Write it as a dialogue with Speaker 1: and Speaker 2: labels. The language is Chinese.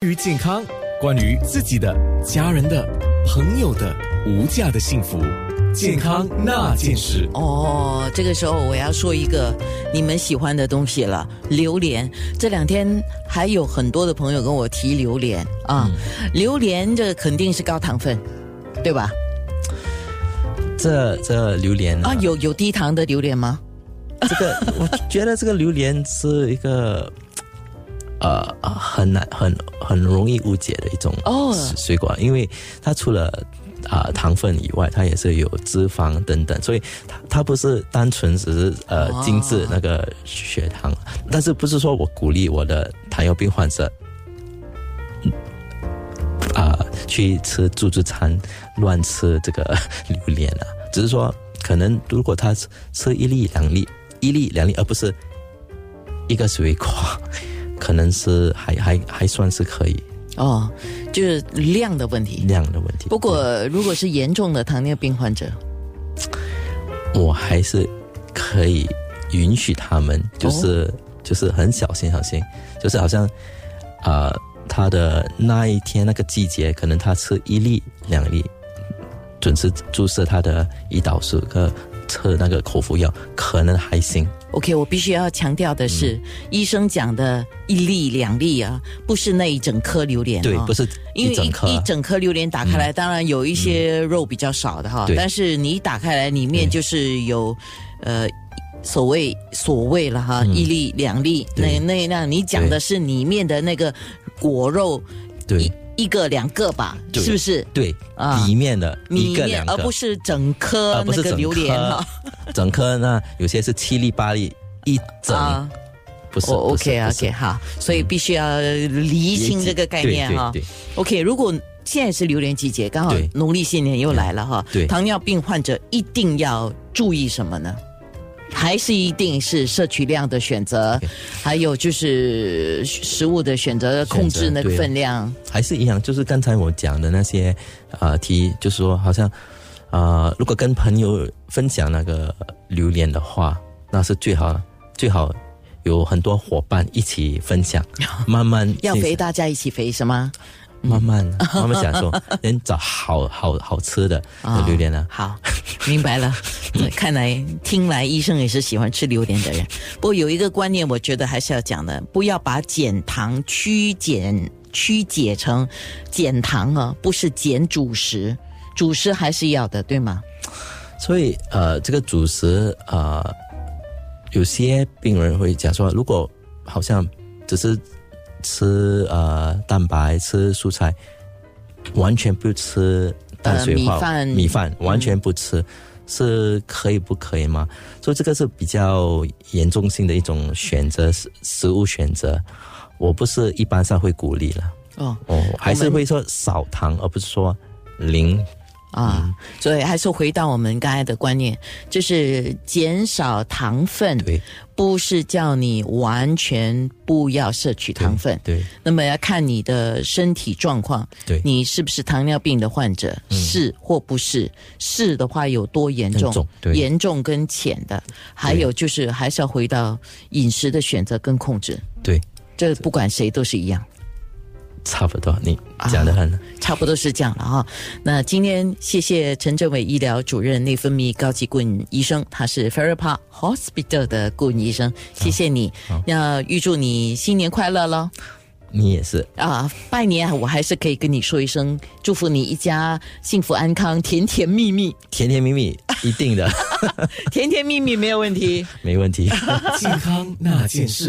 Speaker 1: 关于健康，关于自己的、家人的、朋友的无价的幸福，健康那件事。
Speaker 2: 哦，这个时候我要说一个你们喜欢的东西了，榴莲。这两天还有很多的朋友跟我提榴莲啊，榴莲这肯定是高糖分，对吧？
Speaker 3: 这这榴莲呢
Speaker 2: 啊，有有低糖的榴莲吗？
Speaker 3: 这个 我觉得这个榴莲是一个，呃，呃很难很很容易误解的一种
Speaker 2: 哦
Speaker 3: 水水果，因为它除了啊、糖分以外，它也是有脂肪等等，所以它它不是单纯只是呃
Speaker 2: 哦
Speaker 3: 精致那个血糖，但是不是说我鼓励我的糖尿病患者。啊、去吃自助餐，乱吃这个 榴莲啊。只是说，可能如果他吃吃一粒两粒，一粒两粒，而不是一个水果，可能是还 还还算是可以
Speaker 2: 哦，就是量的问题。
Speaker 3: 量的问题。
Speaker 2: 不过如果是严重的糖尿病患者，
Speaker 3: 我还是可以允许他们，就是、
Speaker 2: 哦
Speaker 3: 就是很小心小心，就是好像啊、呃他的那一天那个季节，可能他吃一粒两粒，准时注射他的胰岛素和吃那个口服药，可能还行。
Speaker 2: OK，我必须要强调的是，医生讲的一粒两粒啊，不是那一整颗榴莲、哦。
Speaker 3: 对，不是
Speaker 2: 因
Speaker 3: 一
Speaker 2: 为
Speaker 3: 整
Speaker 2: 一
Speaker 3: 颗啊、嗯
Speaker 2: 一整颗榴莲打开来，当然有一些肉比较少的哈，
Speaker 3: 对
Speaker 2: 但是你一打开来，里面
Speaker 3: 对
Speaker 2: 就是有，呃。所谓所谓了哈，一粒两粒，那
Speaker 3: 嗯
Speaker 2: 那
Speaker 3: 对
Speaker 2: 那，你讲的是里面的那个果肉一
Speaker 3: 对
Speaker 2: 一个两个吧，
Speaker 3: 对
Speaker 2: 是不是？
Speaker 3: 对、
Speaker 2: 啊
Speaker 3: 里面的一
Speaker 2: 里
Speaker 3: 个
Speaker 2: 面
Speaker 3: 两个，
Speaker 2: 而不是整颗
Speaker 3: 而不
Speaker 2: 那
Speaker 3: 是
Speaker 2: 个
Speaker 3: 整
Speaker 2: 榴莲哈
Speaker 3: 颗，整颗那有些是七粒八粒一整，
Speaker 2: 啊，
Speaker 3: 不是、
Speaker 2: 我
Speaker 3: 不
Speaker 2: OK
Speaker 3: 是不是嗯
Speaker 2: OK 哈，所以必须要厘清这个概念哈。
Speaker 3: 对对
Speaker 2: OK，如果现在是榴莲季节，刚好
Speaker 3: 对嗯
Speaker 2: 农历新年又来了哈。
Speaker 3: 对
Speaker 2: 糖尿病患者一定要注意什么呢？还是一定是摄取量的选择
Speaker 3: OK，
Speaker 2: 还有就是食物的选择，控制那个
Speaker 3: 对啊
Speaker 2: 分量。
Speaker 3: 还是一样，就是刚才我讲的那些呃题，就是说好像呃，如果跟朋友分享那个榴莲的话，那是最好最好有很多伙伴一起分享，慢慢
Speaker 2: 要肥，大家一起肥是吗？
Speaker 3: 慢慢慢慢享 受，能找好好好吃的
Speaker 2: 啊
Speaker 3: 的榴莲呢、
Speaker 2: 好，明白 了。对看来听来医生也是喜欢吃榴莲的人。不过有一个观念，我觉得还是要讲的，不要把减糖曲减曲解成减糖啊，不是减主食，主食还是要的，对吗？
Speaker 3: 所以呃，这个主食呃，有些病人会讲说，如果好像只是吃呃蛋白、吃蔬菜，完全不吃碳水化、
Speaker 2: 呃米饭
Speaker 3: 米饭完全不吃。是可以不可以吗？所以这个是比较严重性的一种选择，食食物选择，我不是一般上会鼓励了，
Speaker 2: 哦
Speaker 3: 哦，还
Speaker 2: 我
Speaker 3: 是
Speaker 2: 们
Speaker 3: 会说少糖，而不是说零
Speaker 2: 啊，
Speaker 3: 嗯
Speaker 2: 所以还是回到我们刚才的观念，就是减少糖分，
Speaker 3: 对
Speaker 2: 不是叫你完全不要摄取糖分。
Speaker 3: 对
Speaker 2: 那么要看你的身体状况，
Speaker 3: 对
Speaker 2: 你是不是糖尿病的患者，
Speaker 3: 嗯
Speaker 2: 是或不是？是的话有多严重？
Speaker 3: 严重对
Speaker 2: 严重跟浅的，还有就是还是要回到饮食的选择跟控制，
Speaker 3: 对，
Speaker 2: 这不管谁都是一样。
Speaker 3: 差不多，你讲的很、
Speaker 2: 差不多是这样了哈。那今天谢谢陈政伟医疗主任内分泌高级顾问医生，他是 Farapa Hospital 的顾问医生，谢谢你。那预祝你新年快乐喽！
Speaker 3: 你也是，
Speaker 2: 啊，拜年啊我还是可以跟你说一声，祝福你一家幸福安康，甜甜蜜蜜，
Speaker 3: 甜甜蜜蜜，一定的，
Speaker 2: 甜甜蜜蜜没有问题。
Speaker 3: 没问题。
Speaker 1: 健康那件事。